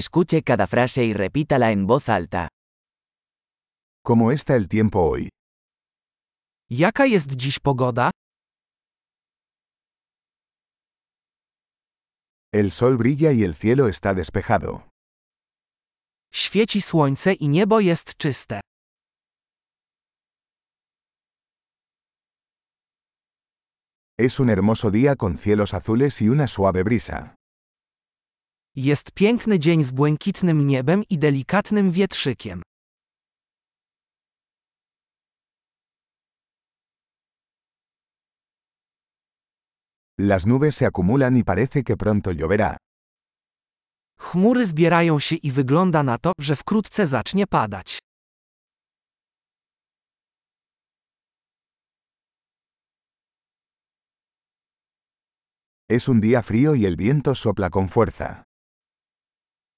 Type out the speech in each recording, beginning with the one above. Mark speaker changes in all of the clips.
Speaker 1: Escuche cada frase y repítala en voz alta.
Speaker 2: ¿Cómo está el tiempo hoy?
Speaker 3: Jaka jest dziś pogoda?
Speaker 2: El sol brilla y el cielo está despejado.
Speaker 3: Świeci słońce i niebo jest czyste.
Speaker 2: Es un hermoso día con cielos azules y una suave brisa.
Speaker 3: Jest piękny dzień z błękitnym niebem i delikatnym wietrzykiem.
Speaker 2: Las nubes se acumulan y parece que pronto lloverá.
Speaker 3: Chmury zbierają się i wygląda na to, że wkrótce zacznie padać.
Speaker 2: Es un día frío y el viento sopla con fuerza.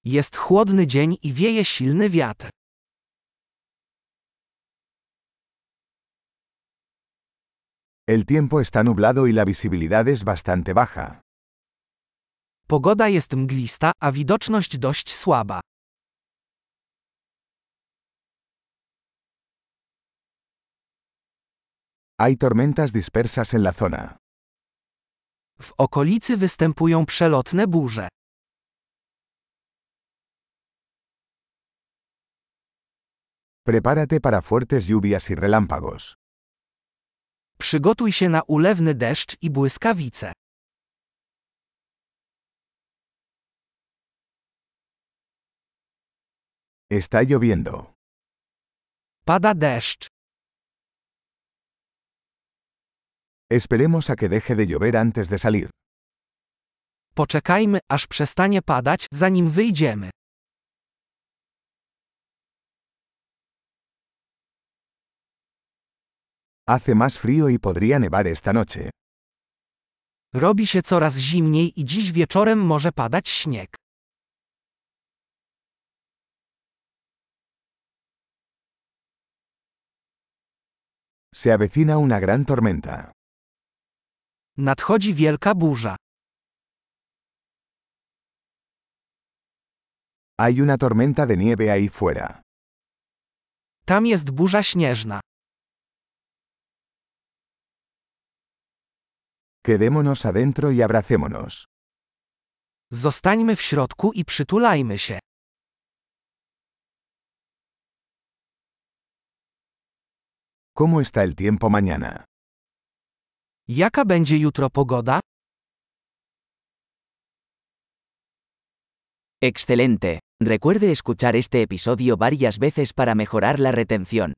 Speaker 3: Jest chłodny dzień i wieje silny wiatr.
Speaker 2: El tiempo está nublado y la visibilidad es bastante baja.
Speaker 3: Pogoda jest mglista, a widoczność dość słaba.
Speaker 2: Hay tormentas dispersas en la zona.
Speaker 3: W okolicy występują przelotne burze.
Speaker 2: Prepárate para fuertes lluvias y relámpagos.
Speaker 3: Przygotuj się na ulewny deszcz i błyskawice.
Speaker 2: Está lloviendo.
Speaker 3: Pada deszcz.
Speaker 2: Esperemos a que deje de llover antes de salir.
Speaker 3: Poczekajmy, aż przestanie padać, zanim wyjdziemy.
Speaker 2: Hace más frío y podría nevar esta noche.
Speaker 3: Robi się coraz zimniej i dziś wieczorem może padać śnieg.
Speaker 2: Se avecina una gran tormenta.
Speaker 3: Nadchodzi wielka burza.
Speaker 2: Hay una tormenta de nieve ahí fuera.
Speaker 3: Tam jest burza śnieżna.
Speaker 2: Quedémonos adentro y abracémonos.
Speaker 3: Zostańmy w środku i przytulajmy się.
Speaker 2: ¿Cómo está el tiempo mañana?
Speaker 3: Jaka będzie jutro pogoda?
Speaker 1: Excelente. Recuerde escuchar este episodio varias veces para mejorar la retención.